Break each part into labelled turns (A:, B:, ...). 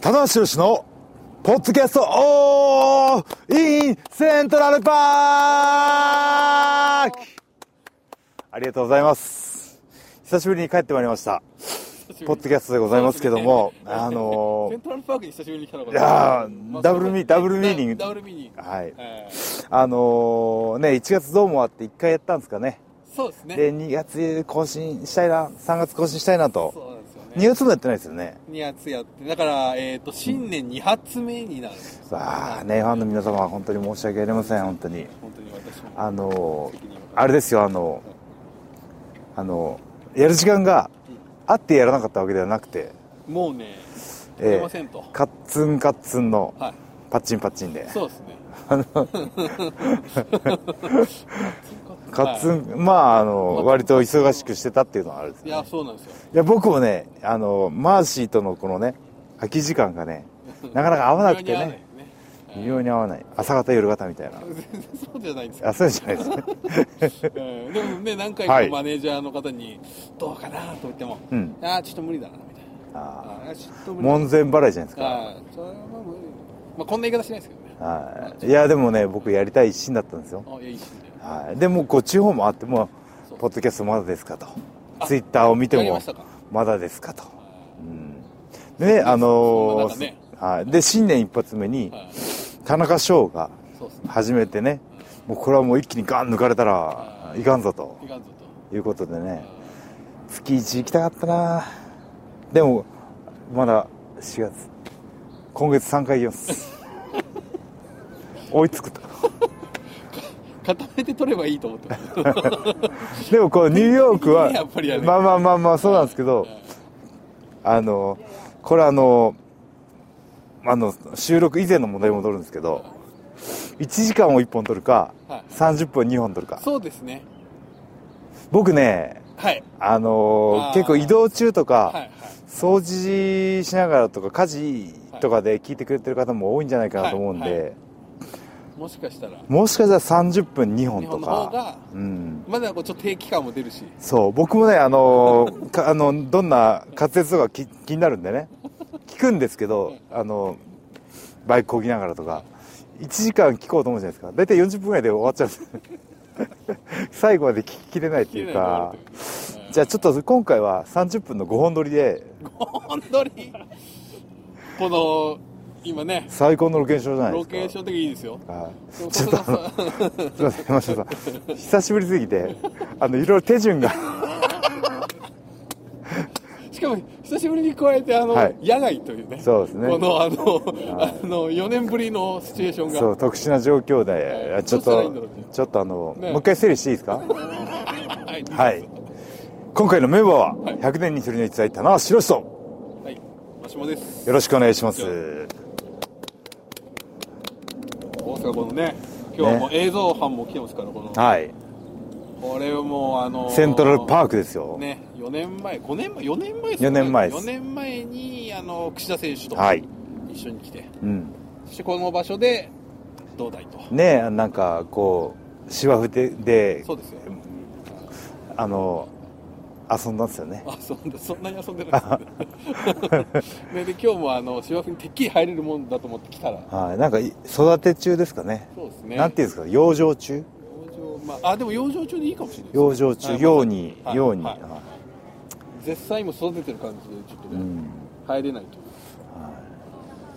A: 棚橋宏のポッドキャストオーインセントラルパークありがとうございます。久しぶりに帰ってまいりました。ポッドキャストでございますけども、あの
B: セントラルパークに久しぶりに来 たのか
A: いやー
B: まあ
A: ダブルミダブルミーニング
B: ダブルミーニング。
A: ー、はい。
B: えー
A: あのー、ね、1月どうもあって1回やったんですかね。
B: そうですね。
A: で、2月更新したいな、3月更新したいなと。
B: そうなんですよね。
A: 2月もやってないですよね。
B: 二発やって、だから、えっ、と、新年2発目になるんですよ。
A: さあ、ね、ファンの皆様は本当に申し訳ありません、本当に。
B: 本当に私も。
A: あの
B: 責任を
A: あれですよあのあのやる時間があってやらなかったわけではなくて、
B: もうね、
A: ええ
B: 出ませんと。
A: カッツンカッツンの
B: はい。
A: パッチンパッチンで
B: そうですね。
A: カッツ
B: は
A: ン、まああの割と忙しくしてたっていうのはあるんです
B: いい
A: よ
B: や、そうなんですよ。
A: いや僕もねあのマーシーとのこのね空き時間がねなかなか合わなくて
B: 微妙に合わ
A: ね微妙に合わ
B: ないよね。
A: ない朝方夜方みたいな
B: うん全然そうじゃないんですよ
A: あそうじゃないですね
B: うんでもね、何回
A: はい
B: かマネージャーの方に、どうかなと言っても、
A: うん
B: ああ、ちょっと無理だな、みたい
A: あ
B: な。ああ、ちょっと
A: ー
B: 無理だな
A: 門前払いじゃないですか
B: ああそれはまあ無理まあこんな言い方しないですけどね
A: はいいやでもね僕やりたい一心だったんですよ
B: あいやいいっすね
A: はい、でもうこう地方もあっても
B: そう
A: ポッドキャストまだですかと
B: あ
A: ツイッターを見て
B: やり
A: も
B: ましたか
A: まだですかと、うん、でねあの
B: そんな中ね
A: はい、で新年一発目に
B: はい
A: 田中翔が
B: そうですね
A: 始めてねもうこれはもう一気にガン抜かれたら
B: はい
A: いかんぞと
B: いかんぞ
A: いうことでね
B: と
A: 月1行きたかったなでもまだ4月今月3回行きます 追いつくと
B: 固めて取ればいい と思ってます
A: でもこうニューヨークは
B: やっぱりやね
A: まあまあまあまあそうなんですけどあのこれあのあの収録以前の問題に戻るんですけど1時間を1本撮るか
B: はい
A: 30分2本撮るか
B: そうですね
A: 僕ね
B: はい
A: あの
B: あー
A: 結構移動中と
B: はいは
A: か
B: い
A: 掃除しながらとか家事とかで聞いてくれてる方も多いんじゃないかなと思うん
B: はいは
A: で
B: もしかしたら
A: もしかしたら30分2本
B: 日
A: と
B: 本の方
A: か
B: が
A: うん
B: まだこうちょっと定期感も出るし
A: そう、僕もね、あのー かあの、どんな滑舌とかき気になるんでね、聞くんですけど、あの、バイクこぎながらとか、1時間聞こうと思うじゃないですか。大体40分ぐらいで終わっちゃうんです 最後まで聞ききれないっていうか、じゃあちょっと今回は30分の5本撮りで、
B: 本当にこの今ね
A: 最高のロケーションじゃないで
B: ロ
A: すか。
B: ケーション的にいいですよ
A: はい
B: でも
A: ちょっとあの、すいません、山下さん。久しぶりすぎて、あの、いろいろ手順が、
B: しかも久しぶりに加えてあの、
A: はい
B: 野外というね
A: そうですね
B: このあの,、 あの4年ぶりのシチュエーションが
A: そう特殊な状況で、
B: はい
A: ちょっ
B: どうしたらいいんだろ
A: と
B: うね
A: ちょっとあの、
B: ね
A: もう一回整理していいですか
B: はい
A: はい今回のメンバーは
B: はい
A: 100年に一人の逸材棚橋宏と
B: はいマシモです
A: よろしくお願いします
B: よ大阪このね今日はもう映像班も来てますからこの、
A: はい
B: これはもうあの
A: セントラル
B: ー
A: パークですよ、
B: クね4年前5年前4年前です
A: 四年前です
B: 4年前にあの櫛田選手と
A: はい
B: 一緒に来て、
A: うん
B: そしてこの場所でどうだいと
A: ねえなんかこう芝生でで
B: そうですよ
A: あの遊んだんですよね
B: あそんなそんなに遊んでないです ね ねで今日もあの芝生にてっきり入れるもんだと思って来たら
A: はいなんかい育て中ですかね
B: そうですね
A: なんていうんですか養生中
B: 養生まああでも養生中でいいかもしれないですね
A: 養生中、
B: はい
A: ように、
B: はい
A: ように、
B: はい
A: は
B: 絶対今育ててる感じでちょっと
A: いう
B: ね、
A: ん
B: 入れないと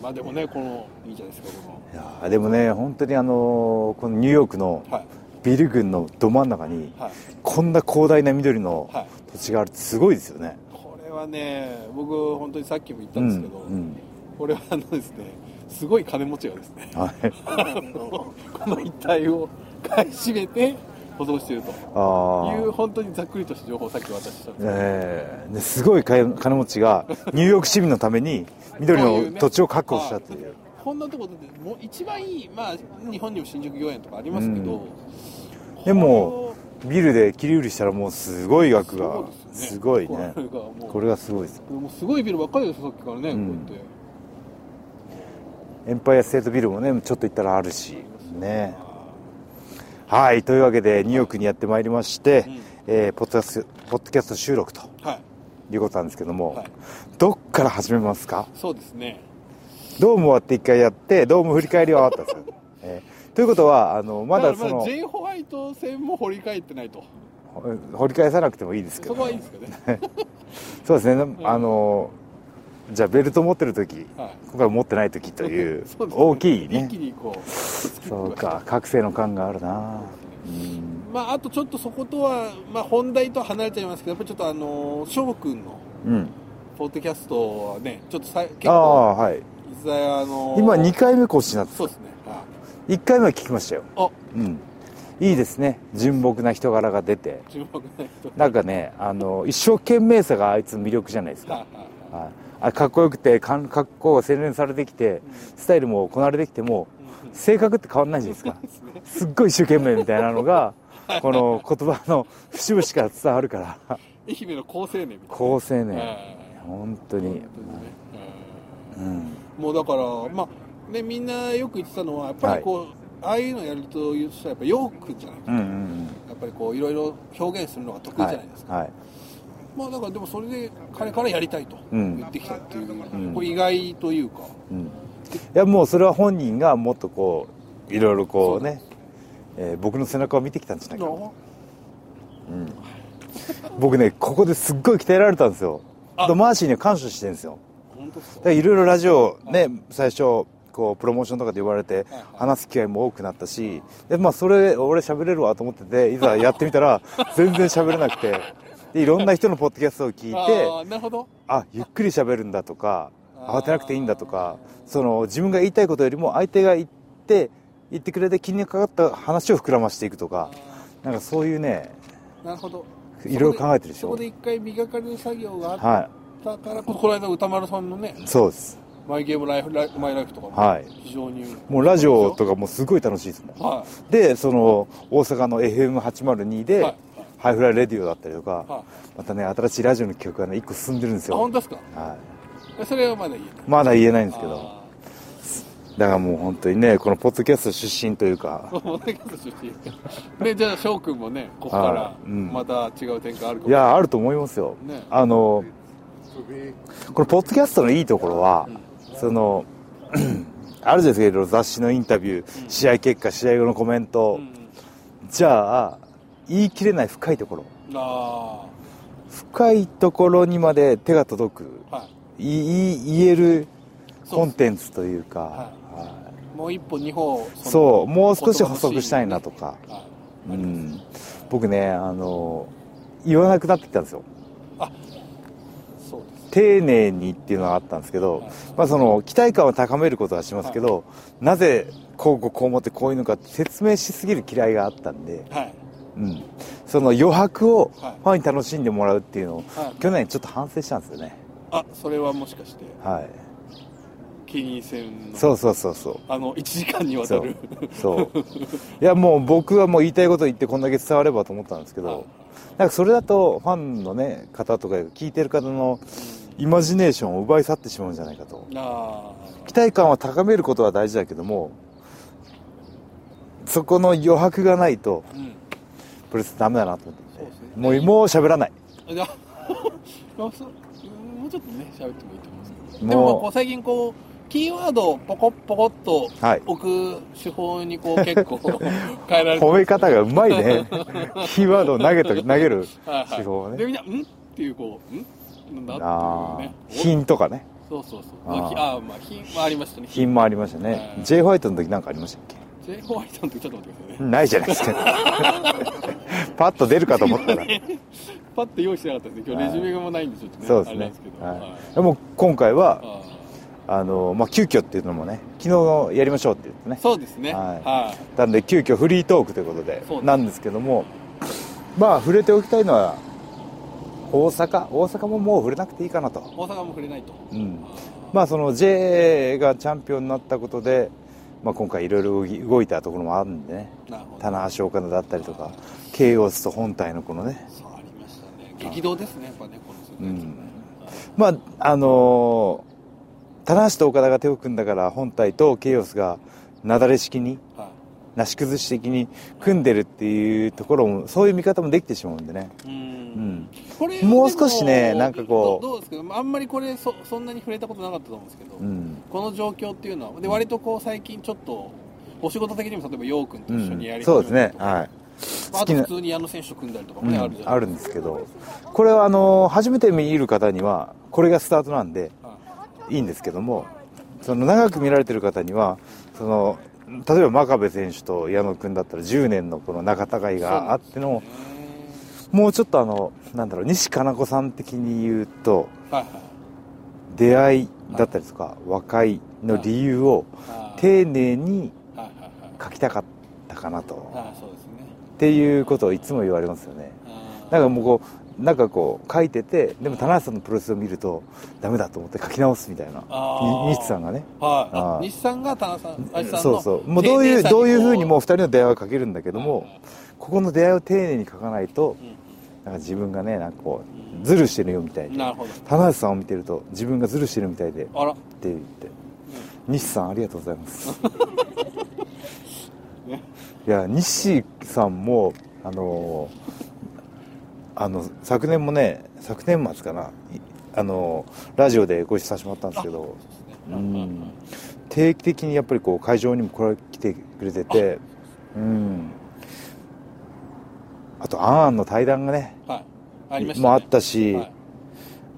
B: まあでもねこのいいじゃないですかこ
A: いやーでもね本当にあのーこのニューヨークの
B: のはい
A: ビル群のど真ん中に
B: はい
A: こんな広大な緑の
B: はい
A: 土地があるってすごいですよね。
B: これはね僕本当にさっきも言ったんですけど、
A: うん
B: これはあのですねすごい金持ちがですね
A: うんはい、
B: あのこの一帯を買い占めて保存していると
A: あ
B: いう
A: あ、
B: 本当にざっくりとした情報をさっき渡したんですけど
A: えーですごい金金持ちがニューヨーク市民のために緑
B: こういう
A: の
B: ね
A: 土地を確保したってい
B: は
A: う
B: い。こんなところでもう一番いい、まあ、日本にも新宿御苑とかありますけど、
A: でもビルで切り売りしたらもうすごい
B: こ
A: 額
B: れ
A: が
B: をそうです
A: すごいね
B: これがもう
A: これがすごいです
B: もうすごいビルばっかりですよさっきからね、
A: うん
B: こうやっ
A: エンパイアステートビルもねちょっと行ったらあるしてねはいというわけでニューヨークにやってまいりまして、
B: うん
A: えーポッドキャストポッドキャスト収録と
B: はい
A: いうことなんですけども、
B: はい
A: どっから始めますか
B: そうですね
A: ドーム終わって一回やって、ドーム振り返りは終わ ったんですよ。えーということは、あの、まだ
B: から
A: そ
B: まだ
A: の、
B: J ホワイト戦も掘り返って ないと
A: 掘り返さなくてもいいですけ
B: そ
A: ど
B: こ、はいいんですかね
A: そうですね、あの、じゃあベルト持ってる時、
B: はい
A: 今回持ってない時という
B: そうですね
A: 大きい
B: 一
A: ね
B: 気にこうスキップが
A: そうか覚醒の感があるなうん
B: まああとちょっとそことは、まあ、本題とは離れちゃいますけどやっぱりちょっとあの翔くんの
A: うん
B: ポッドキャストはねちょっとさい結
A: あ
B: 構
A: あはい
B: 実際あの
A: 今2回目腰になって
B: そうですねはい
A: 1回目は聞きましたよ
B: あ
A: うんいいですね純朴な人柄が出て
B: 注目ない人
A: なんかねあの一生懸命さがあいつの魅力じゃないです
B: は
A: か
B: いはい
A: はいあかっこよくてかん格好が洗練されてきてスタイルもこなれてきても
B: うん
A: 性格って変わんないじゃないですか
B: ですね
A: すっごい一生懸命みたいなのがこの言葉の 節々から伝わるから
B: 愛媛の好青年みたいな
A: 好青年、
B: はい
A: 本当に、
B: 本当にねうん
A: うん、
B: もうだからまあねみんなよく言ってたのはやっぱりこう、ああいうのやると言うとしたらやっぱよくじゃない
A: う
B: か
A: んうんうん
B: やっぱりこういろいろ表現するのが得意じゃないですか、
A: はいはい、
B: まあだからでもそれで彼からやりたいと
A: うん
B: 言ってきたっていう、
A: ん
B: これ意外というか
A: うん、いやもうそれは本人がもっとこういろいろこうねえー僕の背中を見てきたんじゃないかな僕ねここですっごい鍛えられたんですよ
B: あ
A: でマーシーには感謝してるんですよ
B: 本当です
A: だ
B: か
A: からいろいろラジオね最初こうプロモーションとかで言われて
B: はい
A: 話す機会も多くなったしでまあそれ俺喋れるわと思ってていざやってみた ら全然喋れなくてでいろんな人のポッドキャストを聞いて
B: ああなるほど
A: あゆっくり喋るんだとか
B: あ
A: 慌
B: ー
A: てなくていいんだとかその自分が言いたいことよりも相手が言って言ってくれて気にかかった話を膨らましていくとかなんかそういうね
B: なるほど
A: いろいろ考えてるでし
B: そこ
A: ょ
B: で一回磨かれる作業があっ
A: は
B: たから、ここの間歌丸さんのね
A: いそうです
B: 「マイゲームライフライマイライフ」とかも
A: はい
B: 非常に、
A: もうラジオとかもうすごい楽しいですもん
B: はい
A: でその大阪の FM802
B: は
A: で
B: い
A: ハイフライレディオだったりとか
B: は
A: またね新しいラジオの企画がね1個進んでるんです
B: あ本
A: よ
B: 当ですか
A: はい
B: それはまだ言えない
A: まだ言えないんですけど
B: あ
A: だからもう本当にねこのポッドキャスト出身というか
B: ーそうですねでじゃあ翔くんもねここか
A: は
B: ら
A: いうん
B: また違う展開あるかも
A: いやあると思いますよ、
B: ね
A: あのこのポッドキャストのいいところは、その あるじゃないですかいろいろ雑誌のインタビュー、試合結果試合後のコメント、
B: うん
A: じゃあ言い切れない深いところ
B: あ
A: 深いところにまで手が届く
B: あはい
A: いい言えるコンテンツというかはい
B: もう一歩二歩
A: そうもう少し補足したいなと
B: か、
A: か、
B: は
A: う
B: い
A: ん、僕ねあの言わなくなってきたんですよ
B: そうです
A: 丁寧にっていうのがあったんですけど、まあ、その期待感を高めることはしますけど、なぜこうこうこう思ってこういうのかって説明しすぎる嫌いがあったんで、
B: はい
A: うん、その余白をフ
B: はい
A: ァンに楽しんでもらうっていうのを、
B: はい
A: 去年ちょっと反省したんですよね
B: あそれはもしかして
A: はい
B: キリン戦の
A: そうそうそうそう
B: あの1時間にわた
A: そ
B: る
A: うそういやもう僕はもう言いたいこと言ってこんだけ伝わればと思ったんですけ
B: はい
A: どなんかそれだとファンの、ね、方とか聞いてる方のイマジネーションを奪い去ってしまうんじゃないかと
B: あ
A: 期待感は高めることは大事だけどもそこの余白がないと
B: あうん
A: プレスダメだなと思って
B: そうですね
A: もうもう喋らない
B: いや まあそううんもうちょっとね喋ってもいいと思うんですけど
A: もう
B: でもまあこう最近こうキーワードをポコッポコッと
A: はい
B: 置く手法にこう 結構変えられて
A: 褒め方がうまい ねキーワードを投げと投げる
B: はいはい
A: 手法を
B: で
A: ね
B: みんな「ん?」っていうこう「ん?」なんだ
A: ああ
B: っていうね
A: 品とかね
B: おそうそうそ
A: あ
B: う
A: ー
B: あひあーまあ品もありましたね
A: 品もありましたね
B: うん
A: J ホワイトの時なんかありましたっ
B: J ホワイトの時ちょっと待ってくださ
A: け
B: いね
A: ないじゃないですかパッと出るかと思ったら
B: パッと用意してなかったですね今日レジュメがもうないんでちょっとね
A: そうで
B: あ
A: す
B: れなん
A: ね
B: ですけど
A: は
B: はい
A: いでも今回は
B: あ
A: あのまあ急遽っていうのもね昨日やりましょうって言ってね
B: ーそうですね
A: はい
B: は
A: なんで急遽フリートークということで
B: そうです
A: なんですけどもまあ触れておきたいのは大阪大阪ももう触れなくていいかなと
B: い、大阪も触れないと
A: うん
B: あ、
A: まあその J がチャンピオンになったことで、まあ、今回いろいろ動き動いたところもあるんでね
B: ーなるほど
A: 棚橋岡田だったりとか慶応と本体のこのね
B: そうありましたね激動ですねやっぱねこの世界
A: うんまああのー棚橋と岡田が手を組んだから本体とケイオスがなだれ式に
B: は
A: なし崩し的に組んでるっていうところもそういう見方もできてしまうんでね、
B: う
A: うんん、
B: これ
A: もう少しねなんかこう
B: どどうですけどあんまりこれそそんなに触れたことなかったと思うんですけど、
A: うん
B: この状況っていうのはで割とこう最近ちょっとお仕事的にも例えば陽君と
A: う
B: 一緒にや
A: ん、
B: り
A: そうですね
B: まあ
A: はい
B: あ
A: 好
B: と
A: き
B: 普
A: な
B: 通に矢野選手と組んだりとかも
A: うん
B: ね、あるじゃない
A: あ
B: で
A: るんですけどこれはあの初めて見る方にはこれがスタートなんです
B: か、はい
A: いいんですけどもその長く見られてる方にはその例えば真壁選手と矢野君だったら10年のこの仲違いがあっての、もうちょっとあのなんだろう西加奈子さん的に言うと
B: はいはい
A: 出会いだったりとか和解の理由を
B: あー
A: 丁寧に
B: はいはいはい
A: 書きたかったかなと
B: あーそうですね
A: っていうことをいつも言われますよね。
B: あー
A: なんかもうこう、なんかこう書いてて、でも田中さんのプロレスを見ると、ダメだと思って書き直すみたいな、
B: あー
A: に西さんがね。
B: はいあ
A: あー
B: 日産が田中さん林さんの
A: そうそう。もうどういう、
B: 丁寧さに
A: どういう
B: こ
A: ふうにもう二人の出会いは書けるんだけど
B: は
A: も
B: いはい、
A: ここの出会いを丁寧に書かないと、
B: う
A: なんか自分がね、なんかこう、ズルしてるよみたい
B: んな
A: で
B: る。ほど
A: 田中さんを見てると、自分がズルしてるみたいで、って
B: あら
A: 言って。西さんありがとうござい ます。いや、西さんも、あのーあの、昨年もね、昨年末かな、いあのーラジオでご一緒させてもらったんですけど、う
B: はいはいは
A: ん、定期的にやっぱりこう会場にもこれ来てくれてて、うん。あと、アーンの対談がね、
B: いはいありましたね
A: もあったし、
B: はい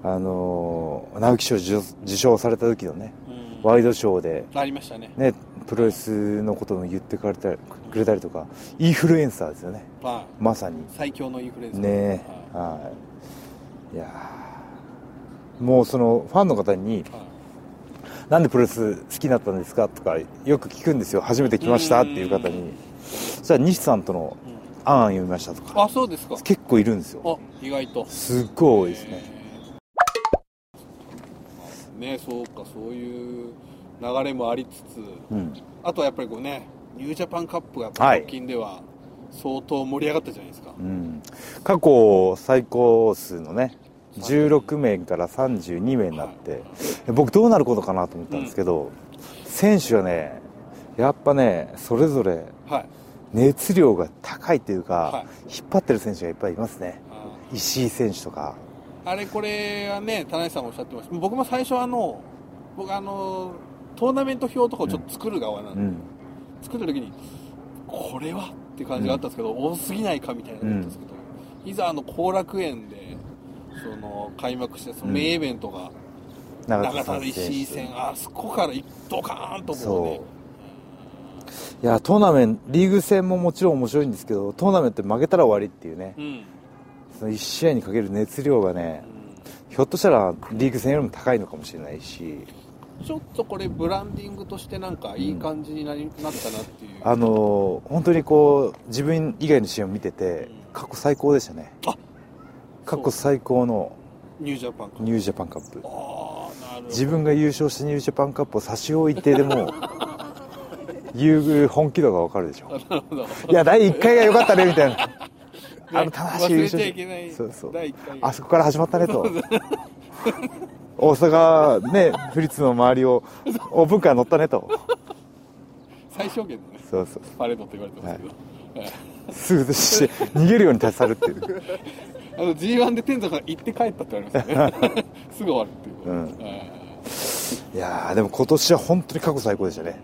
A: あのー直木賞受受賞された時のね、
B: うん
A: ワイドショーで、
B: ありましたね
A: ね、プロレスのことを言ってくれたりくれたりとか、インフルエンサーですよね、
B: は
A: まさに
B: い。最強のインフルエンサー
A: ね
B: は
A: はい。いやーもうそのファンの方に
B: い、はい
A: なんでプロレス好きになったんですかとか、よく聞くんですよ、初めて来ましたっていう方
B: う
A: に、そしたら西さんとの
B: うん
A: 「あんあん読みました」とか、
B: あそうですか
A: 結構いるんですよ、
B: あ意外と
A: すっごい多いですね。
B: えーねそうかそういう流れもありつつ
A: うん、
B: あとはやっぱりこうねニュージャパンカップがやっぱ
A: はい
B: 直近では相当盛り上がったじゃないですか、
A: うん、過去最高数のね16名から32名になって僕どうなることかなと思ったんですけど、選手はねやっぱねそれぞれ
B: はい
A: 熱量が高いっていうか、
B: は
A: 引っ張ってる選手がいっぱいいますね
B: あ
A: 石井選手とか
B: ーあれこれはね田中さんもおっしゃってました僕も最初あの僕あのトーナメント表とかをちょっと作る側なん
A: う
B: で、
A: ん
B: 作る時にこれはっていう感じがあったんですけど、多すぎないかみたいなのだったんですけど、いざあの後楽園でその開幕してその名イベントが、長田の石井戦あそこから一ドカーンとこ
A: そういやトーナメントリーグ戦ももちろん面白いんですけどトーナメントで負けたら終わりっていうね
B: うねうん、
A: その1試合にかける熱量がねひょっとしたらリーグ戦よりも高いのかもしれないし
B: うんちょっとこれブランディングとしてなんかいい感じになり、なったなっていう
A: あのー本当にこう自分以外の試合を見てて過去最高でしたね
B: あ
A: 過去最高の
B: ニュージャパンか
A: ニュージャパンカップ
B: ああなるほど
A: 自分が優勝したニュージャパンカップを差し置いてで も優遇本気度が分かるでしょ
B: なるほど
A: いや第1回が良かったねみたい なあの棚橋優勝し
B: 忘れちゃいけない
A: そうそう
B: 第一回が
A: あそこから始まったね と大阪ね府立の周りをオープンカー乗ったねと
B: 最小限のね
A: そうそう
B: パレードと言われてますけど、はい
A: すぐして逃げるように立ち去るっていう
B: あの G1 で天童さん行って帰ったって言われましたね すぐ終わるっていうこと、
A: うん
B: はい
A: いやーでも今年は本当に過去最高でしたね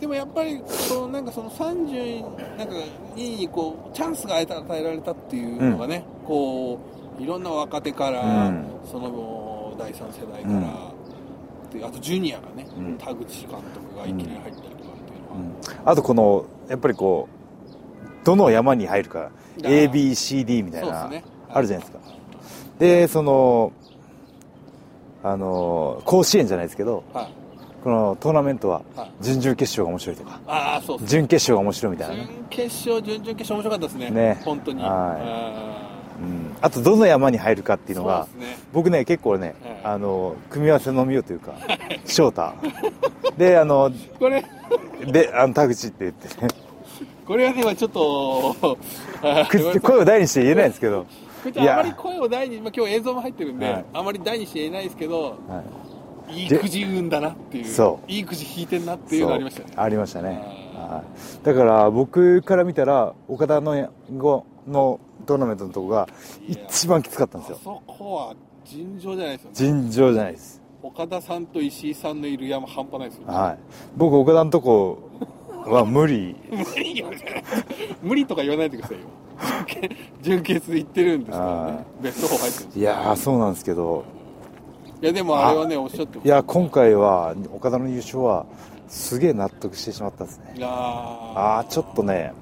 B: でもやっぱりそのなんかその30なんか2にこうチャンスが与えられたっていうのがね、こういろんな若手から、
A: うん
B: その第三世代から、
A: うん
B: であとジュニアがね、
A: うん
B: 田口監督がいきなり入ったりとかっていうのは、
A: あとこのやっぱりこうどの山に入るか
B: あー
A: ABCD みたいな
B: そうですね
A: あるじゃないですかでそのあの甲子園じゃないですけど
B: はい
A: このトーナメントは
B: はい
A: 準々決勝が面白いとか
B: ああそうです
A: 準決勝が面白いみたいな
B: 準
A: ね、
B: 決勝準々決勝面白かったですね
A: ね
B: 本当に
A: はい
B: あー
A: うん、あとどの山に入るかっていうのが
B: そうですね
A: 僕ね結構ね、
B: はい
A: あの組み合わせのみようというか 翔太であの
B: これ
A: であの田口って言ってね
B: これはね、まあちょっと、
A: 口 声を大にして言えないんですけど
B: 口あまり声を大に、まあ、今日映像も入ってるんで、
A: はい
B: あまり大にして言えないですけど、
A: はい
B: いいくじ運だなっていう
A: そ
B: いいくじ引いてんなっていうのありましたね
A: そうありましたね
B: あ
A: はいだから僕から見たら岡田の後のトーナメントのとこが
B: いや
A: 一番きつかったん
B: あ
A: ですよ
B: そこは尋常じゃないですよね
A: 尋常じゃないです
B: 岡田さんと石井さんのいる山半端ないですよ
A: はい僕岡田のとこは無理
B: 無理よ無理とか言わないでくだ さいよ準決 で行ってるんですから
A: は
B: ねベスト4入ってるんです
A: いやーそうなんですけど
B: いやでもあれはねおっしゃってました
A: いや今回は岡田の優勝はすげえ納得してしまったですね
B: いや
A: あ
B: あ
A: あちょっとね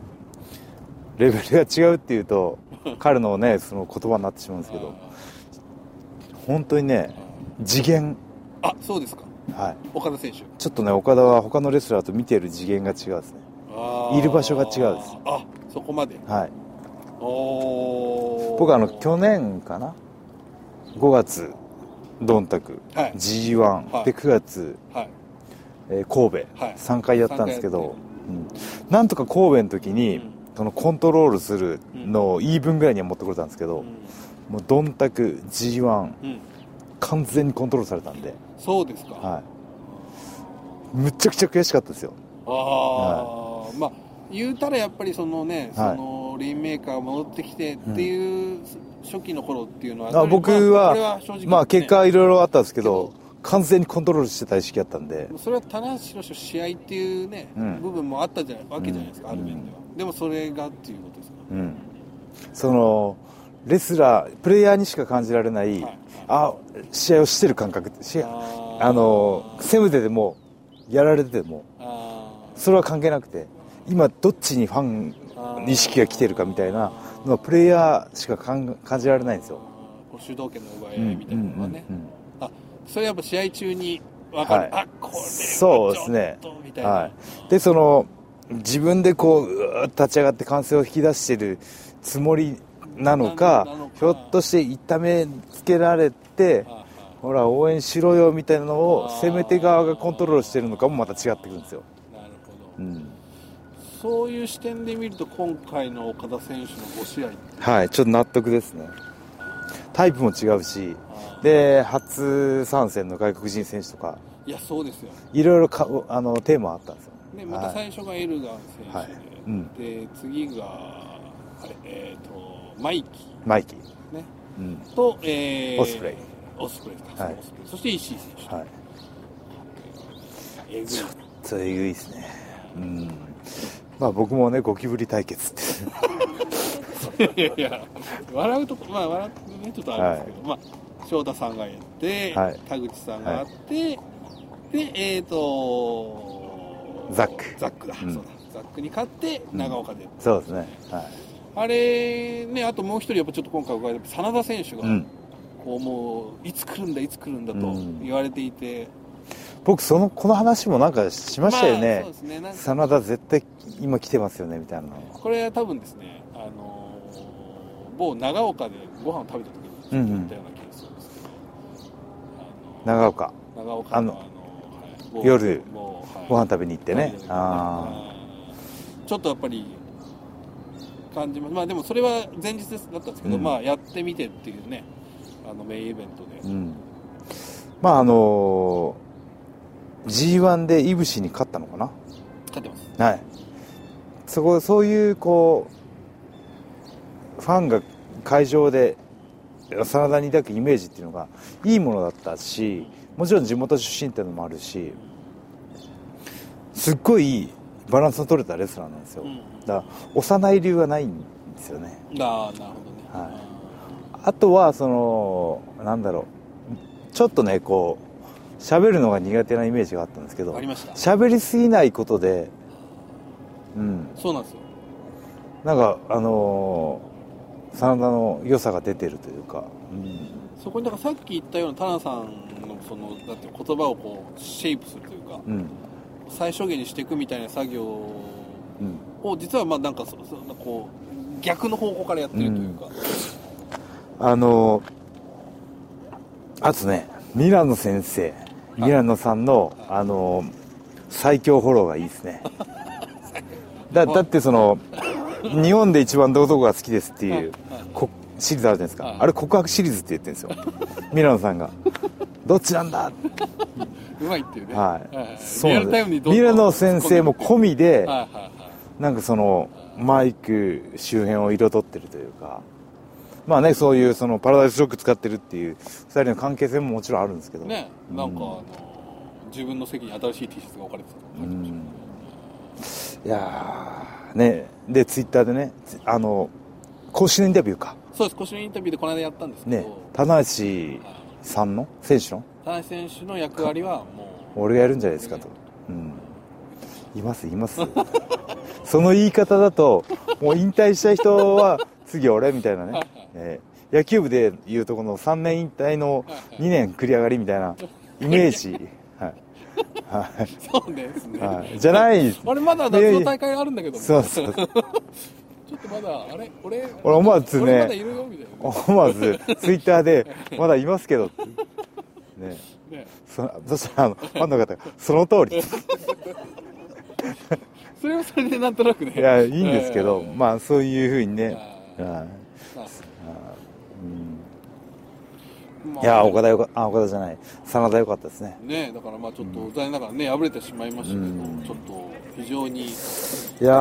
A: レベルが違うっていうと彼のねその言葉になってしまうんですけど本当にね次元
B: あそうですか
A: はい
B: 岡田選手
A: ちょっとね岡田は他のレスラーと見ている次元が違うですね
B: あー
A: いる場所が違うです
B: あそこまで
A: はい
B: おー
A: 僕あの去年かな5月ドンタク、
B: はい
A: G1、
B: はい
A: で9月、
B: はい
A: えー神戸、
B: はい
A: 3回やったんですけど、うん、なんとか神戸の時に、
B: うん
A: そのコントロールするのを言い分ぐらいには持ってこれたんですけど、もうドンタク G1
B: うん、うん
A: 完全にコントロールされたんで、
B: そうですか、
A: はい、むっちゃくちゃ悔しかったですよ
B: ああ、まあ言うたらやっぱりそのね、
A: はい
B: そのレインメーカー戻ってきてっていう、初期の頃っていうのは
A: あ僕は,、
B: ま
A: ま
B: あこれ正直ね
A: あ、結果いろいろあったんですけど完全にコントロールしてた意識だったんで
B: それは棚橋の試合っていうね、
A: うん
B: 部分もあったじゃないわけじゃないですか、
A: うん
B: ある面では、でもそれがっていうことですか
A: うんそのレスラープレイヤーにしか感じられない、
B: はい
A: あ試合をしてる感覚試合
B: あー
A: あの攻めててもやられてても
B: あー
A: それは関係なくて今どっちにファンの意識が来てるかみたいなのはプレイヤーしか感感じられないんですよ、
B: こう主導権の奪
A: う
B: い
A: ん
B: 合いみたいなのはね、
A: うんうん
B: あそれやっぱ試合中に分かる、
A: はい
B: あこれはち
A: そうですね
B: ょっとみたいな、
A: はい、でその自分でこううーっと立ち上がって歓声を引き出してるつもりなのか
B: ななのか
A: ひょっとして痛めつけられて
B: あ
A: ほら応援しろよみたいなのを
B: あー
A: 攻め手側がコントロールしてるのかもまた違ってくるんですよ、
B: あなるほど、
A: うん、
B: そういう視点で見ると今回の岡田選手の5試合
A: はいちょっと納得ですねタイプも違うし
B: あー
A: で初参戦の外国人選手とか
B: いやそうですよ
A: いろいろかあのテーマあったんですよ
B: でまた最初がエルガン選手で、
A: はいうん
B: で次があれえっ、とマイキ
A: マイキー、
B: ーね
A: うん
B: と、えー
A: オスプレイ
B: オスプレイか、
A: はい
B: オスプレイそして石井選手、
A: はい、
B: えぐい
A: ちょっとえぐいですね。うん。まあ僕もね、ゴキブリ対決って。
B: いやいや、笑うとこ、まあ、笑ってね、ちょっとあるんですけど、まあ、翔太さんがやって、
A: はい
B: 田口さんがあって、で、えっ、と、
A: ザック
B: ザックだ、
A: うん
B: そうだ、ザックに勝って、長岡で、
A: そうですね。は
B: あれ、ね、あともう一人、やっぱちょっと今回伺いた、真田選手
A: い。
B: が、
A: うん。
B: こう、もう、いつ来るんだ、いつ来るんだと
A: うん
B: 言われていて、
A: 僕、その、この話もなんかしましたよ
B: まあ
A: ね
B: そう。ですね、なんか
A: 真田絶対今来てますよね、みたいなの。
B: これは多分ですね、あのー某長岡でご飯を食べた時にちょっと言ったような気がするんですけど、あの
A: 長岡、
B: ー長岡の
A: あの
B: あのはい
A: 夜
B: 某はい
A: ご飯食べに行ってね。あ
B: あーちょっとやっぱり感じますまあでもそれは前日ですだったんですけど、
A: うん
B: まあやってみてっていうねあのメインイベントで
A: あ。うん。まああのー、G1 でイブシに勝ったのか
B: 勝ってます
A: なはい。そこ、そういう、こう、ファンが会場で真田に抱くイメージっていうのがいいものだったしもちろん地元出身っていうのもあるしすっごいいいバランスの取れたレスラーなんですよ
B: うん
A: だから幼い理由はないんですよね
B: ああなるほどね、
A: はいあとはそのなんだろうちょっとねこう喋るのが苦手なイメージがあったんですけ
B: あー
A: ど
B: ありました
A: 喋りすぎないことでうん
B: そうなんですよ
A: なんかあのー真田の良さが出てるというか、うん、
B: そこにだからさっき言ったようなタナさんのそのだって言葉をこうシェイプするというか
A: うん
B: 最小限にしていくみたいな作業を
A: うん
B: 実はまあなんかそそんなこう逆の方向からやってるというか、
A: あのあとねミラノ先生ミラノさんのあの最強フォローがいいです ねだだってその日本で一番どこどこが好きですっていうこシリーズあるじゃないです
B: は い
A: かあれ告白シリーズって言ってるんですよミラノさんがどっちなんだ
B: うまいっていうね。
A: はいそう
B: リア
A: なん
B: ルタイム
A: で
B: に
A: すミラノ先生も込
B: み。
A: みで
B: はいはいはい。
A: なんかそのマイク周辺を彩ってるというかまあねそういうそのパラダイスショック使ってるっていう2人の関係性ももちろんあるんですけど
B: ねなんか、
A: う
B: あの自分の席に新しい T シャツが置かれてたの書いてましたね
A: いやーねでツイッターでねつあの公式のインタビューか
B: そうです、腰のインタビューでこの間やったんですけど、
A: ね棚橋さんの選手の
B: 田中選手の役割はもう、
A: 俺がやるんじゃないですかと、うん、いますいますその言い方だともう引退した人は次俺みたいなね、えー野球部でいうとこの3年引退の2年繰り上がりみたいなイメージ、はい
B: そうですね。
A: はい、じゃない
B: あれ、まだ夏の大会あるんだけども、
A: そうそう
B: ちょっとまだ、あれ、俺、
A: 俺思わずね
B: 俺まだいるよみたい
A: 思わずツイッターで「まだいますけど」ってね
B: な、ね、
A: そそしたらあのファンの方が「その通り」
B: それはそれでなんとなくね、
A: いやいいんですけど、
B: え
A: まあそういうふうにね、
B: え
A: は
B: ーあ
A: い
B: まあ
A: いや岡田よかあ岡田じゃない真田よかったですね
B: ね、だからまあちょっと、残念ながらね、敗れてしまいましたけど、ちょっと非常に、
A: いや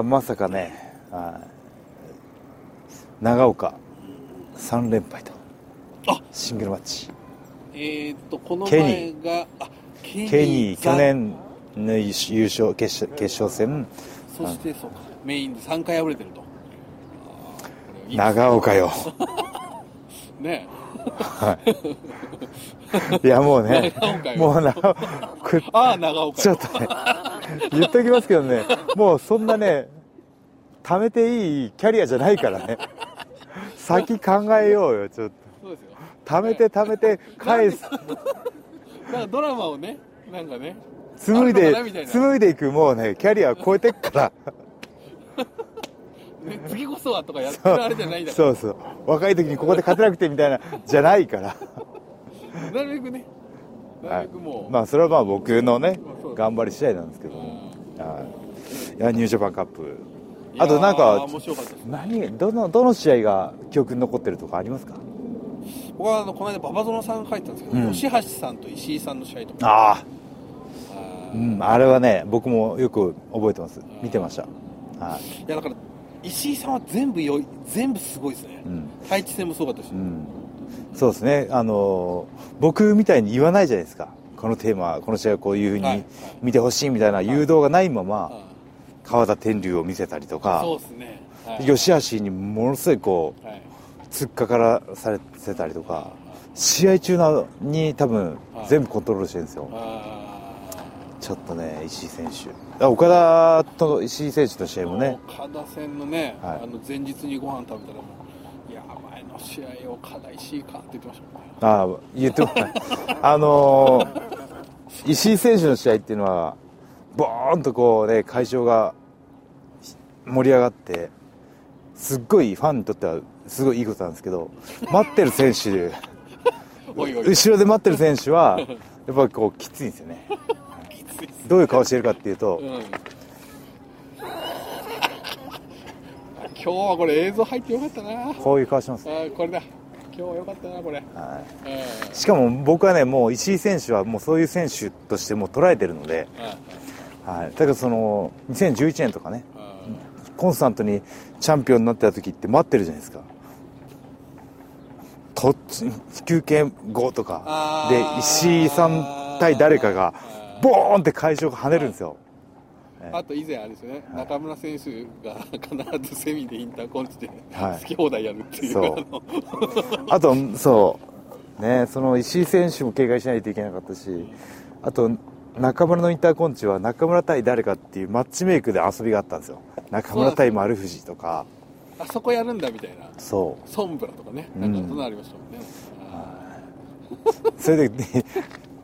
A: ーまさかね、はい、長岡3連敗と
B: あ
A: シングルマッチ
B: えー、っと、この
A: ケ
B: 前
A: ニ
B: が、あケ
A: ケニー
B: ザ
A: 去年の優勝決勝決勝戦
B: そしてそうか、メインで3回敗れてると。あーこれはいい
A: 長岡よ、
B: ですね。
A: はい、いやもうね
B: 長岡よ
A: もうなく
B: ああ、長岡
A: ちょ
B: よ
A: っ。とね、言っときますけどね、もうそんなね、貯めていいキャリアじゃないからね、先考えようよ、ちょっと。
B: そうですよ。
A: 貯めて貯 めて返す、
B: だからドラマをね、なんかね、
A: 紡い
B: ある
A: で
B: のかなみたい、な
A: 紡いでいく、もうね、キャリアを超えてっから、
B: ね次こそはとかやってるあれじゃないんだか
A: そうそう、若い時にここで勝てなくてみたい な、じゃないから。
B: ら、なるべくね、なるべくもう、
A: まあ、それはまあ僕のね
B: まあそう、
A: 頑張り次第なんですけども。はいいや、ニュージャパンカップ。あとなん
B: いやー
A: か、
B: 面白かったです。
A: 何、どの、どの試合が記憶に残ってるとかありますか
B: 僕はあのこの間、馬場園さんが書いてたんですけど、
A: うん
B: 吉橋さんと石井さんの試合とか、
A: ああ、
B: あ
A: う
B: ー
A: ん、あれはね、僕もよく覚えてます。見てました。はい。
B: いやだから、石井さんは全部よい、全部すごいですね
A: う、ん。
B: 配置戦もすごかったし、
A: うん。そうですね。あのー僕みたいに言わないじゃないですか。このテーマ、この試合はこういうふう
B: はい
A: に見てほしいみたいな誘導がないまま、
B: あ
A: 川田天竜を見せたりと
B: ー
A: か、
B: そうですね、はい
A: 吉橋にものすごいこう、
B: はい、
A: 突っかからされてたりとか、試合中なに多分
B: はい
A: 全部コントロールしてるんですよ。
B: あー
A: ちょっとね、石井選手。あ岡田と石井選手の試合もね、
B: 岡田戦のね、
A: はい
B: あの前日にご飯食べたらもう、いや、前の試合、岡田石井かって言ってましたも
A: あ
B: んね。
A: あ言ってもないあのー石井選手の試合っていうのはボーンとこうね会場が盛り上がってすっごいファンにとってはすごいいいことなんですけど待ってる選手
B: おいおい、きつ
A: 後ろで待ってる選手はやっぱりこうきついんですよね
B: いっす
A: どういう顔してるかっていうと
B: うん。 今日はこれ映像入ってよかったな。あ
A: こういう顔します、
B: ーこれだ。今日はよかったな、これ。
A: は
B: うん
A: い、しかも僕はねもう石井選手はもうそういう選手としてもう捉えてるので、はい、だからその2011年とかね
B: うんうん
A: コンスタントにチャンピオンになってた時って待ってるじゃないですか。と休憩後とか
B: あ
A: で
B: ー
A: 石井さん対誰かが
B: あー
A: ボーンって会場が跳ねるんですよ。
B: あと以前あれですよね、中村選手が必ずセミでインターコンチで
A: はい
B: 好き放題やるっていう、
A: そう
B: あの
A: あとそうねその石井選手も警戒しないといけなかったし、あと中村のインターコンチは中村対誰かっていうマッチメイクで遊びがあったんですよ。中村対丸藤とか、
B: あそこやるんだみたいな、
A: そう。
B: ソンブラとかね、なんかそんなのありましたもんね。
A: それで、ね、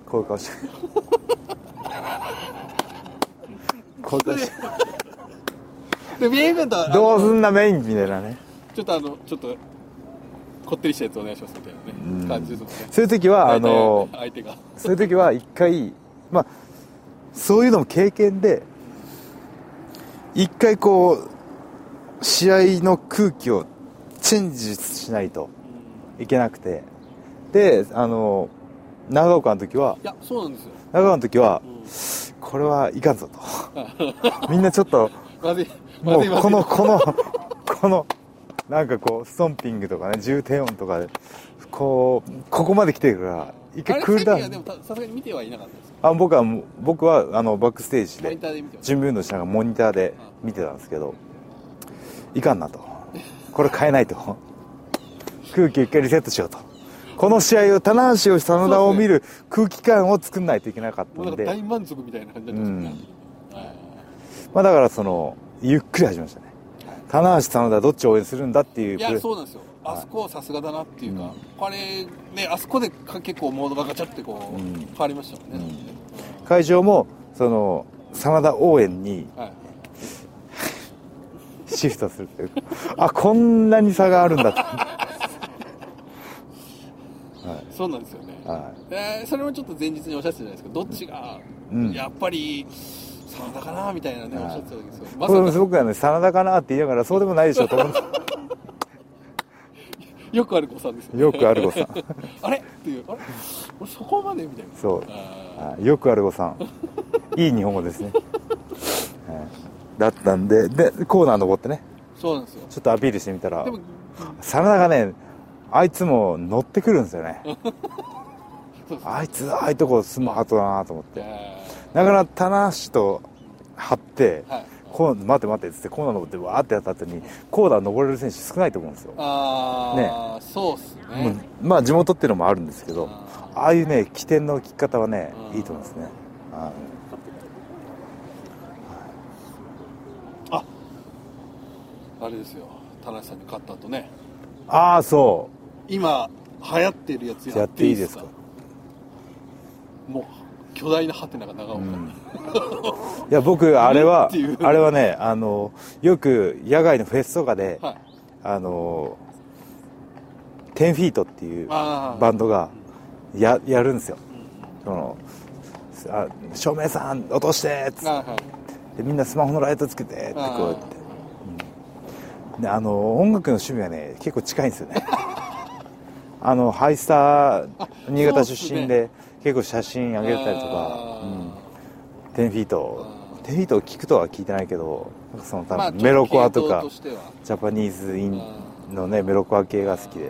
A: こういう顔してこういう顔して
B: で、メインイベントは、あの
A: どうすんなメインみたいなね
B: ちょっとあの、ちょっと、こってりしたやつお願いしますみたいなね、感じですもんね。
A: そういう時はあの
B: 相手が。
A: そういう時は一回まあそういうのも経験で一回こう試合の空気をチェンジしないといけなくてであの長岡の時はい
B: や、そうなんですよ。
A: 長岡の時は
B: うん
A: これはいかん ぞとみんなちょっと
B: まずい、ま
A: も
B: ず
A: う
B: い、まずい。
A: このこのこのなんかこうストンピングとかね重低音とかでこうここまで来てるから一回
B: あれ、
A: クールダウ
B: さっきはでも
A: ン
B: たさすがに見てはいなかったです。
A: あ僕はもう僕はあのバックステージ
B: モニ
A: で
B: ターで見てました。
A: 準備運動しながらモニターで見てたんですけどいかんなとこれ変えないと空気を一回リセットしようとこの試合を棚橋を真田を見る空気感を作んないといけなかった
B: もうなんん
A: で
B: か大満足みたいな感じになってますね。はい
A: まあだからそのゆっくり始めましたね棚橋真田どっちを応援するんだっていう
B: い
A: プレ
B: や
A: ー
B: そうなんですよあそこはさすがだなっていうか、これねあそこでか結構モードがガチャってこう、
A: うん
B: 変わりましたもんね、
A: 会場もその真田応援に
B: はい
A: シフトするというかあこんなに差があるんだと、
B: そうなんですよね、
A: は
B: えーそれもちょっと前日におっしゃってたじゃないですかどっちが、
A: うん
B: やっぱり真田かなみたいなね、
A: はい
B: おっしゃってたんですよ
A: い、
B: ま
A: これもす
B: さか
A: ごくね真田かなって言いながらそうでもないでしょと思って
B: よくある子さんですよね
A: よくあるごさん
B: あれっていうあれ俺そこまでみたいな
A: そう
B: あ
A: はいよくあるごさんいい日本語ですね、はいだったんででコーナー登ってね
B: ーそうなんですよ
A: ちょっとアピールしてみたら
B: でも
A: 真田がねあいつも乗ってくるんですよ ね
B: そうそう
A: あいつああいうとこスマートだなと思って
B: え
A: だから棚橋と張って、
B: ーはい
A: こう待て待てっつってコーナー登ってわーってやった後にコーナー登れる選手少ないと思うんですよ、
B: ああ、そうっす
A: もう
B: ね
A: まあ地元っていうのもあるんですけど
B: あ
A: ああいうね起点の聞き方はね
B: うん
A: いいと思うんですねあ
B: あれですよ田中さんに勝った後ね
A: あーそ
B: 今流行ってるやつ
A: う
B: や
A: や
B: っ
A: ってて
B: い
A: い
B: い
A: い
B: で
A: ですす
B: か
A: か
B: もう巨大なハテナが長岡に、
A: いや僕あれは
B: っていう
A: あれはねあのよく野外のフェスとかで
B: はい
A: あの10フィートっていう
B: あー
A: バンドがややるんですよそのあ照明さん落としてっつって
B: はいはい
A: でみんなスマホのライトつけてってこう
B: あ
A: や
B: ー
A: って、うんであの音楽の趣味がね結構近いんですよね あのハイスター新潟出身で、結構写真あげたりとか
B: あ、
A: う
B: ー
A: ん、10フィート
B: あー
A: 10フィートを聞くとは聞いてないけどなんかその多分、
B: まあ
A: メロコアと
B: 系統
A: か
B: としては
A: ジャパニーズイン
B: あ
A: のねメロコア系が好きで、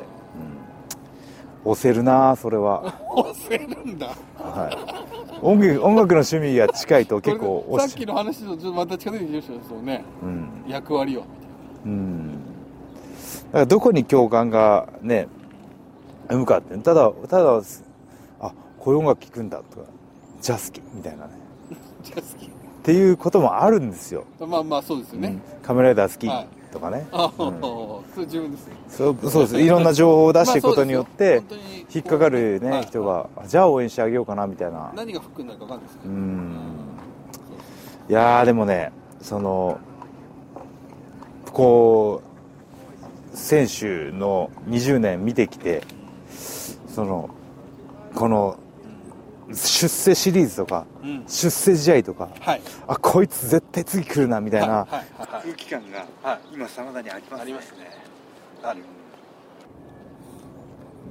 A: うん、押せるなあそれ は、
B: 押せるんだ
A: はい、音楽音楽の趣味が近いと結構
B: これ
A: 押
B: さ
A: し
B: っきの話とちょっとまた近づいてきましたよそうね
A: うん
B: 役割をみたい
A: うんだからどこに共感がね生むかってただただあこういう音楽聴くんだとかジャスキみたいなね
B: なじゃあ
A: っていうこともあるんですよ、
B: 好きまあまあそうですよね、
A: カメラライダー好
B: はい
A: きとかね、
B: ああ、それ自分ですね
A: そうそうですいろんな情報を出していくことによって
B: まあそうですよ本当に
A: 引っかかる
B: は
A: ね
B: い
A: 人があじゃあ応援してあげようかなみたいな
B: 何がフックになるか分かんないですけ
A: う
B: ど、
A: んいやーでもねそのこう選手の20年見てきてそのこの出世シリーズとか、
B: うん
A: 出世試合とか
B: はい
A: あこいつ絶対次来るなみたいな、
B: はいはいはい
A: 気感が
B: はい
A: 今真田にありま
B: ありますねある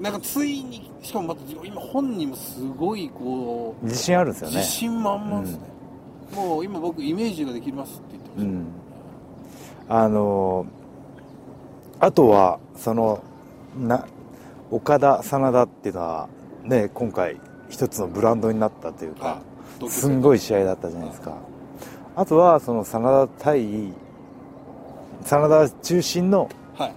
B: なんかついにしかもまた自分今本人もすごいこう
A: 自信あるんですよね
B: 自信満々ですね、もう今僕イメージができますって言ってま
A: う
B: し
A: ん、あのあとはそのな岡田真田っていうのはね今回一つのブランドになったという
B: た、は
A: か
B: い同級生
A: すんごい試合だったじゃないですかあとはその真田対真田中心の
B: はい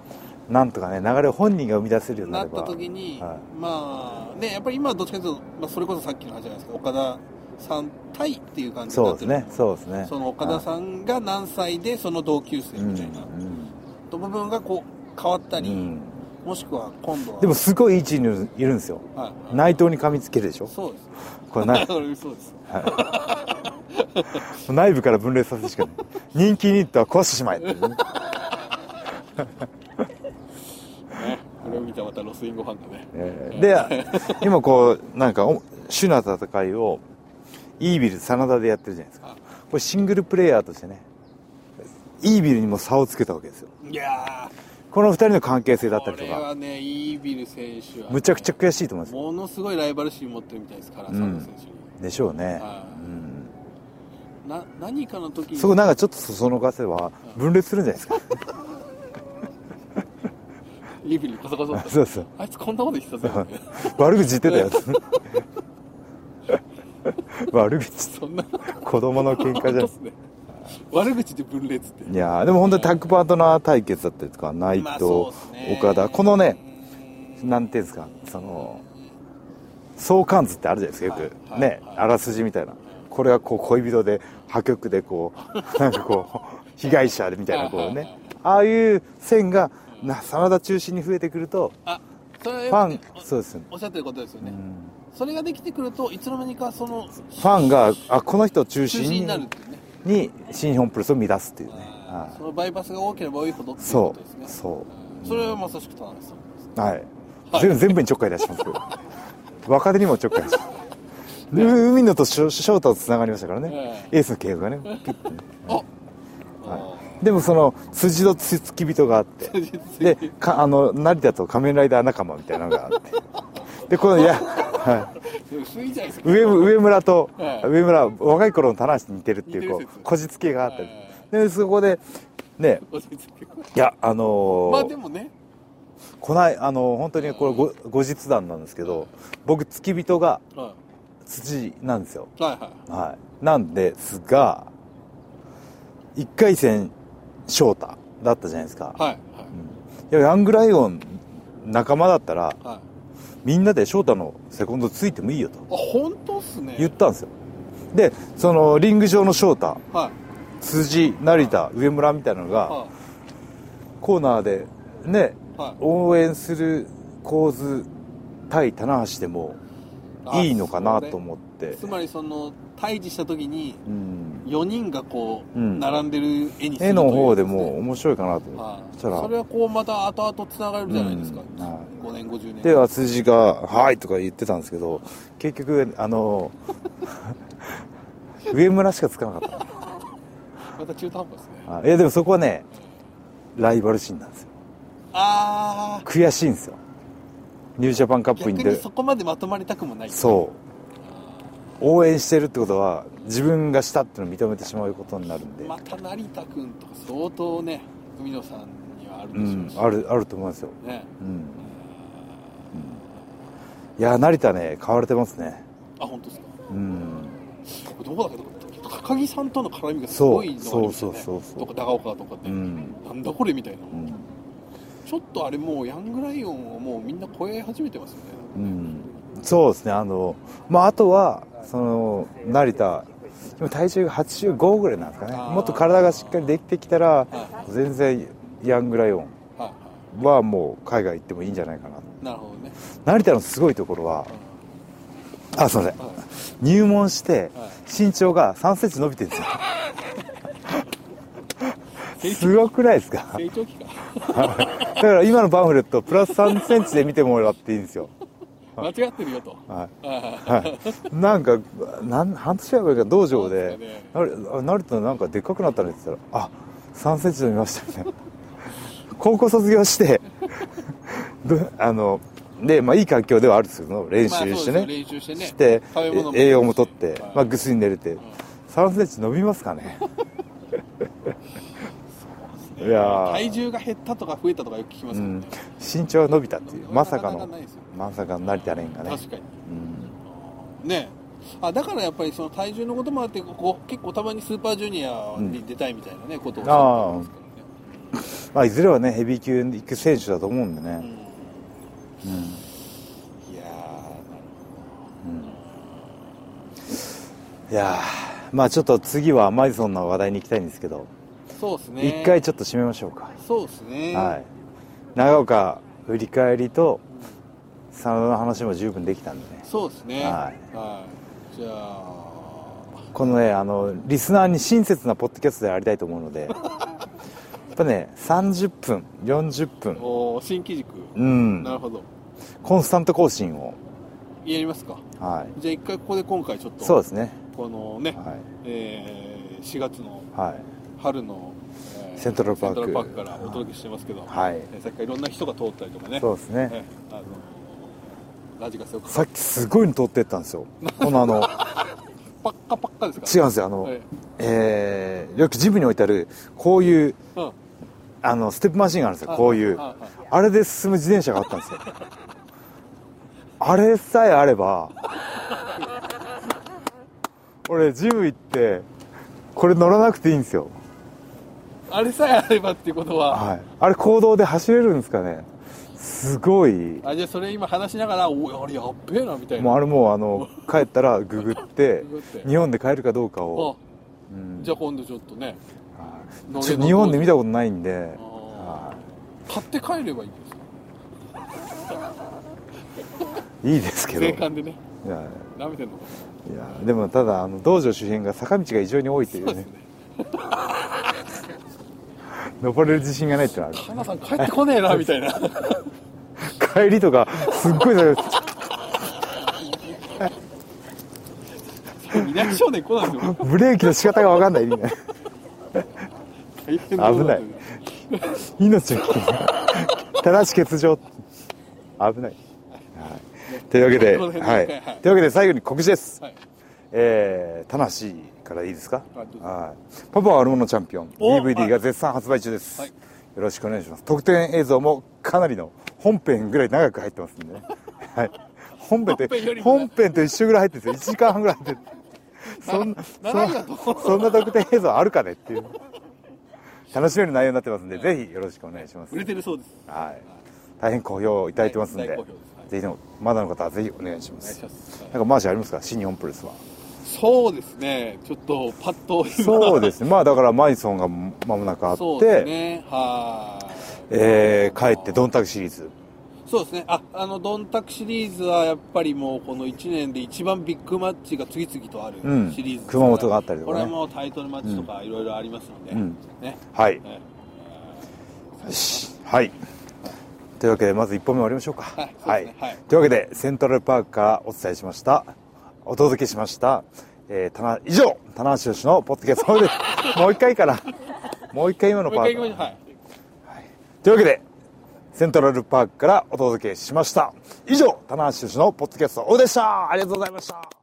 A: なんとかね流れを本人が生み出せるようにな
B: な
A: れ
B: っ
A: ば
B: た時に、
A: は
B: まあねやっぱり今はどっちかというと、まあ、それこそさっきの話じゃないですか岡田さん対っていう感じになって
A: そ
B: る
A: うですねそうですね
B: その岡田さんが何歳でその同級生みたいな、
A: うんうん
B: と部分がこう変わったり、
A: うん
B: もしくは今度は
A: でもすごいいい位置にいるいるんですよ
B: はいはい
A: 内藤に噛みつけるでしょ
B: そうです
A: これな
B: そうです
A: 内部から分裂させるしかない人気ユニットは壊してしまえっていうね
B: ね、これを見たまたロスインゴファンがね、
A: で今こうなんかお主な戦いをイービル真田でやってるじゃないですか
B: あ
A: これシングルプレイヤーとしてねイービルにも差をつけたわけですよ
B: いや
A: この2人の関係性だったりと
B: これは
A: か、
B: ね、イービル選手は、
A: むちゃくちゃ悔しいと思いますよ。
B: ものすごいライバル心持ってるみたいですから、
A: うん
B: 佐藤選手に。
A: でしょうね。
B: は
A: う
B: い
A: ん
B: な何かの時に
A: そこなんかちょっとそそのかせば分裂するんじゃないですか。
B: イービルにこそこそって
A: そうそう。
B: あいつこんなこと言ってたぜって
A: 悪口言ってたよ。悪口、
B: そんな
A: 子供の喧嘩じゃ
B: っすね悪口で分裂って
A: ん。いやーでも本当にタッグパートナー対決だったりとか、内
B: まあ
A: 藤、
B: そうっすね
A: 岡田、このね、
B: うん
A: なんていうんですか、その、相関図ってあるじゃないですか、よく。
B: はい
A: ね、
B: はい
A: あらすじみたいな。これはこう恋人で、破局でこう、 なんかこう、被害者みたいなこう
B: はいはいは
A: ね
B: い。
A: ああいう線が、な、真田中心に増えてくると、
B: あそれ
A: フ
B: は
A: ァ
B: ね
A: ン、そうですよね。
B: おおっしゃってることですよね、
A: うん
B: それができてくるといつの間にかその
A: ファンが、あ、この人を中
B: 中
A: 心
B: 心
A: に
B: になるっていうね
A: に新日本プロレスを乱すっていうね、
B: あー
A: は
B: そのバイパスが多ければ多いほどっていうこ
A: そ
B: とです
A: う
B: ね
A: そ
B: それはまさしく田中さんですね
A: うはい、全全部にちょっかい出します けど若手にもちょっかい出しますで海野と翔翔太とつながりましたからね、エースの慶応がねピッてね
B: あ
A: でもその辻のつ付き人があってでかあの成田と仮面ライダー仲間みたいなのがあってでこのいや、はい、
B: 不意じゃないですか
A: 上上村と、
B: はい
A: 上村若い頃の棚橋に似てるっていうこ
B: 似てる
A: う
B: 説
A: こじつけがあったり、
B: はい
A: でそこでねいやあのー
B: まあでもね
A: こないあの本当にこれご後日談なんですけど僕付き人が
B: は
A: 辻なんですよ
B: いはいは
A: はいなんですが1回戦翔太だったじゃないですか、
B: いはい
A: いやヤングライオン仲間だったら
B: はいはい
A: みんなで翔太のセコンドついてもいいよと
B: あ本当っすね
A: 言ったんですよでそのリング上の翔太
B: はい
A: 辻成田上村みたいなのが
B: は
A: コーナーでね
B: いはい
A: 応援する構図対棚橋でも
B: あ
A: いいのかな
B: そうね
A: と思って、
B: つまりその退治した時に
A: うん、
B: 4人がこう
A: うん
B: 並んでる絵にするという
A: 絵の方でもう面白いかなと思っ
B: は
A: て
B: い
A: そしたら
B: それはこうまた後々つながるじゃないですか、
A: うんはい
B: 5年50年
A: では辻が「はい」とか言ってたんですけど結局あ の上村しかつかなかっ
B: また中途半端ですね
A: たあいやでもそこはねライバル心なんですよ
B: ああ
A: 悔しいんですよニュージャパンカップ
B: 逆
A: に
B: に
A: 出
B: そこまでまとまりたくもない
A: そう応援してるってことは自分がしたっていうのを認めてしまうことになるんで、
B: また成田君とか相当ね海野さんにはある
A: う
B: でしょうんし、
A: あるあると思いますよ
B: ね
A: うん、うんいや成田ね買われてますね
B: あ本当ですか
A: うん
B: これどこだっけどこだっけ高木さんとの絡みがすごいのがありましたよね
A: そうそうそうそう
B: とか長岡とかって、
A: うん
B: なんだこれみたいな、
A: うん
B: ちょっとあれもうヤングライオンをもうみんな超え始めてますよね
A: うんそうですねあのまああとはその成田今体重が85ぐらいなんですかね
B: あー
A: もっと体がしっかりできてきたら
B: は
A: 全然ヤングライオン
B: はいは
A: はもう海外行ってもいいんじゃないかない
B: なるほどね
A: 成田のすごいところはあすいません
B: はい
A: 入門して
B: は
A: 身長が3センチ伸びてるんですよ すごくないですか
B: 成長期か
A: だから今のパンフレットプラス3センチで見てもらっていいんですよ
B: 間違ってるよと
A: はい
B: あ
A: はい、なんかなん半年ぐらい前か道場
B: そ
A: で
B: うです
A: 「なるあなるとなんかでっかくなったね」って言ったら「あ3センチ伸びました」みたい な高校卒業して どあので、まあ、いい環境ではあるんですけど練
B: まあそ
A: 習
B: うで
A: し
B: す
A: てね,、
B: よ練習してね
A: して
B: 食べ物も
A: え栄養もとって、
B: はい
A: まあ、ぐっすり寝れて、3センチ伸びますか ねいやー
B: 体重が減ったとか増えたとかよく聞きま
A: う
B: すけど
A: ん
B: ね、
A: 身長が伸びたっていうまさか
B: な
A: の
B: かないですよ
A: まさかの成田蓮がね
B: 確かに
A: うん
B: ねあだからやっぱりその体重のこともあってこう結構たまにスーパージュニアに出たいみたいなね、ことをおっしゃって
A: まあ、いずれはねヘビー級に行く選手だと思うんでね、
B: たんですけどね、うんいやーなる
A: いやーまあちょっと次はマディソンの話題に行きたいんですけど
B: ほどそうですね
A: 一、回ちょっと締めましょうか、
B: そうですね
A: はい長岡振り返りと真田の話も十分できたんでね
B: そうですね
A: は
B: はいじゃあ
A: このねあのリスナーに親切なポッドキャストでありたいと思うの でやっぱね30分40分
B: おー新機軸、
A: うん
B: なるほど
A: コンスタント更新を
B: やりますか
A: はい
B: じゃあ一回ここで今回ちょっと
A: そうですね
B: このね、
A: は
B: えー4月の
A: いはい
B: 春の、え
A: セントラルパーク
B: セントラルパークからお届けしてますけど、
A: はい
B: えーさっきからいろんな人が通ったりとかね
A: そうですね
B: えーあのラジカセを
A: さっきすごいの撮ってったんですよこのあの
B: パッカパッカですから
A: 違うんですよあの、
B: はい
A: えーよくジムに置いてあるこういう
B: うん
A: あのステップマシンがあるんですよこういう
B: ああ
A: あれで進む自転車があったんですよあれさえあれば俺ジム行ってこれ乗らなくていいんですよ
B: あれさえあればっていうことは
A: はいあれ行動で走れるんですかねすごい
B: あじゃあそれ今話しながらおいあれやっべえなみたい
A: もう
B: な
A: あれもうあの帰ったらググって
B: ググって
A: 日本で買えるかどうかを、
B: あじゃあ今度ちょっとね
A: はいちょ日本で見たことないんで
B: あ
A: は
B: 買って帰ればいいんですよ
A: いいいですけど
B: 税関でね
A: いや
B: 舐めてんのか
A: いやでもただあの道場周辺が坂道が異常に多いとい
B: そう
A: う
B: で
A: ね
B: すね
A: 登れる自信がないってのは
B: カナさん帰ってこねえなみたいな
A: ある帰りとかすっごい高い
B: 南少年来ないですよ
A: ブレーキの仕方が分かんないみたいな
B: 大変だ
A: 危ない命を危険正しい欠場危ない、はい、というわけで、
B: この辺で
A: は
B: はいはい
A: い、というわけで最後に告知です、
B: はい
A: えー、田無からいいですか
B: あどうぞ
A: はいパパは悪者チャンピオン
B: お
A: DVD が絶賛発売中です、
B: はい
A: よろしくお願いします特典映像もかなりの本編ぐらい長く入ってますんで ね、はい、本編
B: 本編よ
A: と
B: りもね
A: 本編と一緒ぐらい入ってるんですよ1時間半ぐらい入ってるそんなそ
B: 長いよ
A: んそんな特典映像あるかね っていう楽しめる内容になってますんで、ぜひよろしくお願いします
B: 売れてるそうです
A: はい、大変好評いただいてますんで、
B: はい大好評ですはい
A: ぜひともまだの方はぜひお願いしま
B: お願い
A: す
B: します
A: なんかマーシャありますか新日本プロレスは
B: そうですねちょっとパッと今
A: そうですねまあだからマイソンが間もなくあっ
B: そう
A: て、
B: ですねはい
A: えー帰ってドンタクシリーズ
B: そうですねああのドンタクシリーズはやっぱりもうこの1年で一番ビッグマッチが次々とある
A: うん
B: シリーズですから、
A: 熊本があったりとかね
B: これはもうタイトルマッチとかいろいろありますので、
A: うん
B: ね
A: はい
B: ね
A: よしはいというわけでまず1本目終わりましょうか
B: はいそうですねはい
A: というわけでセントラルパークからお伝えしましたお届けしました、えー、棚以上棚橋宏のポッドキャストです もう一回からもう一回今の
B: もう
A: パ
B: 一
A: ーク
B: 回行きましょうはい
A: というわけでセントラルパークからお届けしました以上棚橋宏のポッドキャストオフでしたありがとうございました